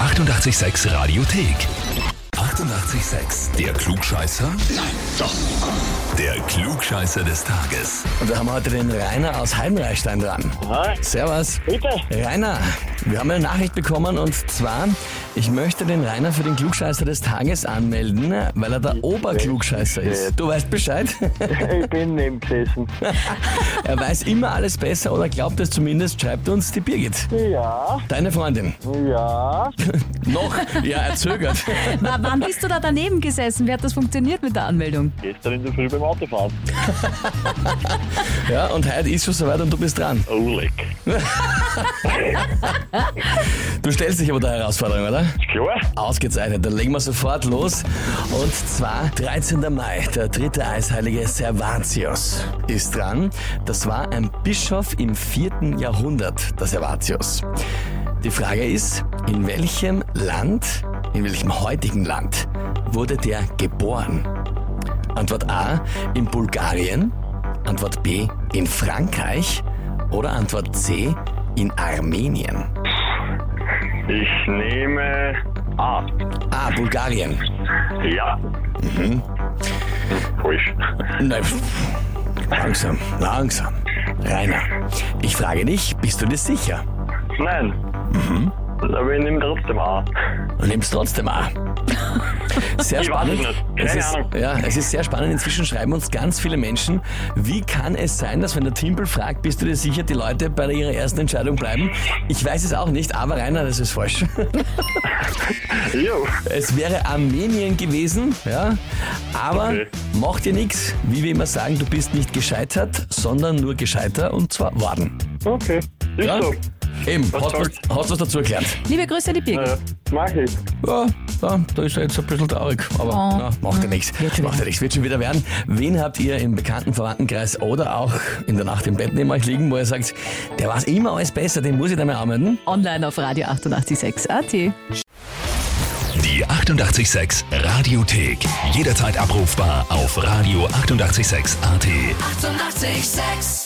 886 Radiothek. 88,6. Der Klugscheißer? Nein, doch. Der Klugscheißer des Tages. Und da haben wir heute den Rainer aus Heidenreichstein dran. Hi, Servus. bitte. Rainer, wir haben eine Nachricht bekommen und zwar, ich möchte den Rainer für den Klugscheißer des Tages anmelden, weil er der Oberklugscheißer ist. Du weißt Bescheid? Ich bin neben gesessen. Er weiß immer alles besser oder glaubt es zumindest, schreibt uns die Birgit. Ja, Deine Freundin. ja. Noch? Ja, er zögert. Na, wann bist du da daneben gesessen? Wie hat das funktioniert mit der Anmeldung? Gestern in der Früh beim Autofahren. Ja, und heute ist schon soweit und du bist dran. Oh, leck. Du stellst dich aber der Herausforderung, oder? Ist klar? Ausgezeichnet, dann legen wir sofort los. Und zwar 13. Mai, der dritte Eisheilige Servatius ist dran. Das war ein Bischof im vierten Jahrhundert, der Servatius. Die Frage ist, in welchem Land, in welchem heutigen Land wurde der geboren? Antwort A, in Bulgarien. Antwort B, in Frankreich. Oder Antwort C, in Armenien. Ich nehme A. A, Bulgarien. Ja. Mhm. Falsch. Nein, langsam, langsam. Rainer, ich frage dich, bist du dir sicher? Nein. Mhm. Aber ich nehme trotzdem A. Du nimmst trotzdem A. Sehr Ich weiß es spannend. nicht. Keine Es ist, Ahnung. ja, es ist sehr spannend. Inzwischen schreiben uns ganz viele Menschen, wie kann es sein, dass wenn der Timpel fragt, bist du dir sicher, die Leute bei ihrer ersten Entscheidung bleiben? Ich weiß es auch nicht, aber Rainer, das ist falsch. Jo. Es wäre Armenien gewesen, ja. Aber Okay. macht dir nichts. Wie wir immer sagen, du bist nicht gescheitert, sondern nur gescheiter und zwar worden. Okay. Ist Ja? so. Eben, Was hast du sagst? hast was dazu erklärt. Liebe Grüße an die Birgit. Naja, mach ich. Ja, da, da ist er jetzt ein bisschen traurig, aber Oh. na, macht ja nichts. Wird schon Macht ja wieder. nichts, Ah. Hm. wird schon wieder werden. Wen habt ihr im bekannten Verwandtenkreis oder auch in der Nacht im Bett neben euch liegen, wo ihr sagt, der weiß immer alles besser, den muss ich dann mal anmelden? Online auf Radio 886 AT. Die 88,6 Radiothek. Jederzeit abrufbar auf radio886.at. 88,6. Eighty-eight, sex.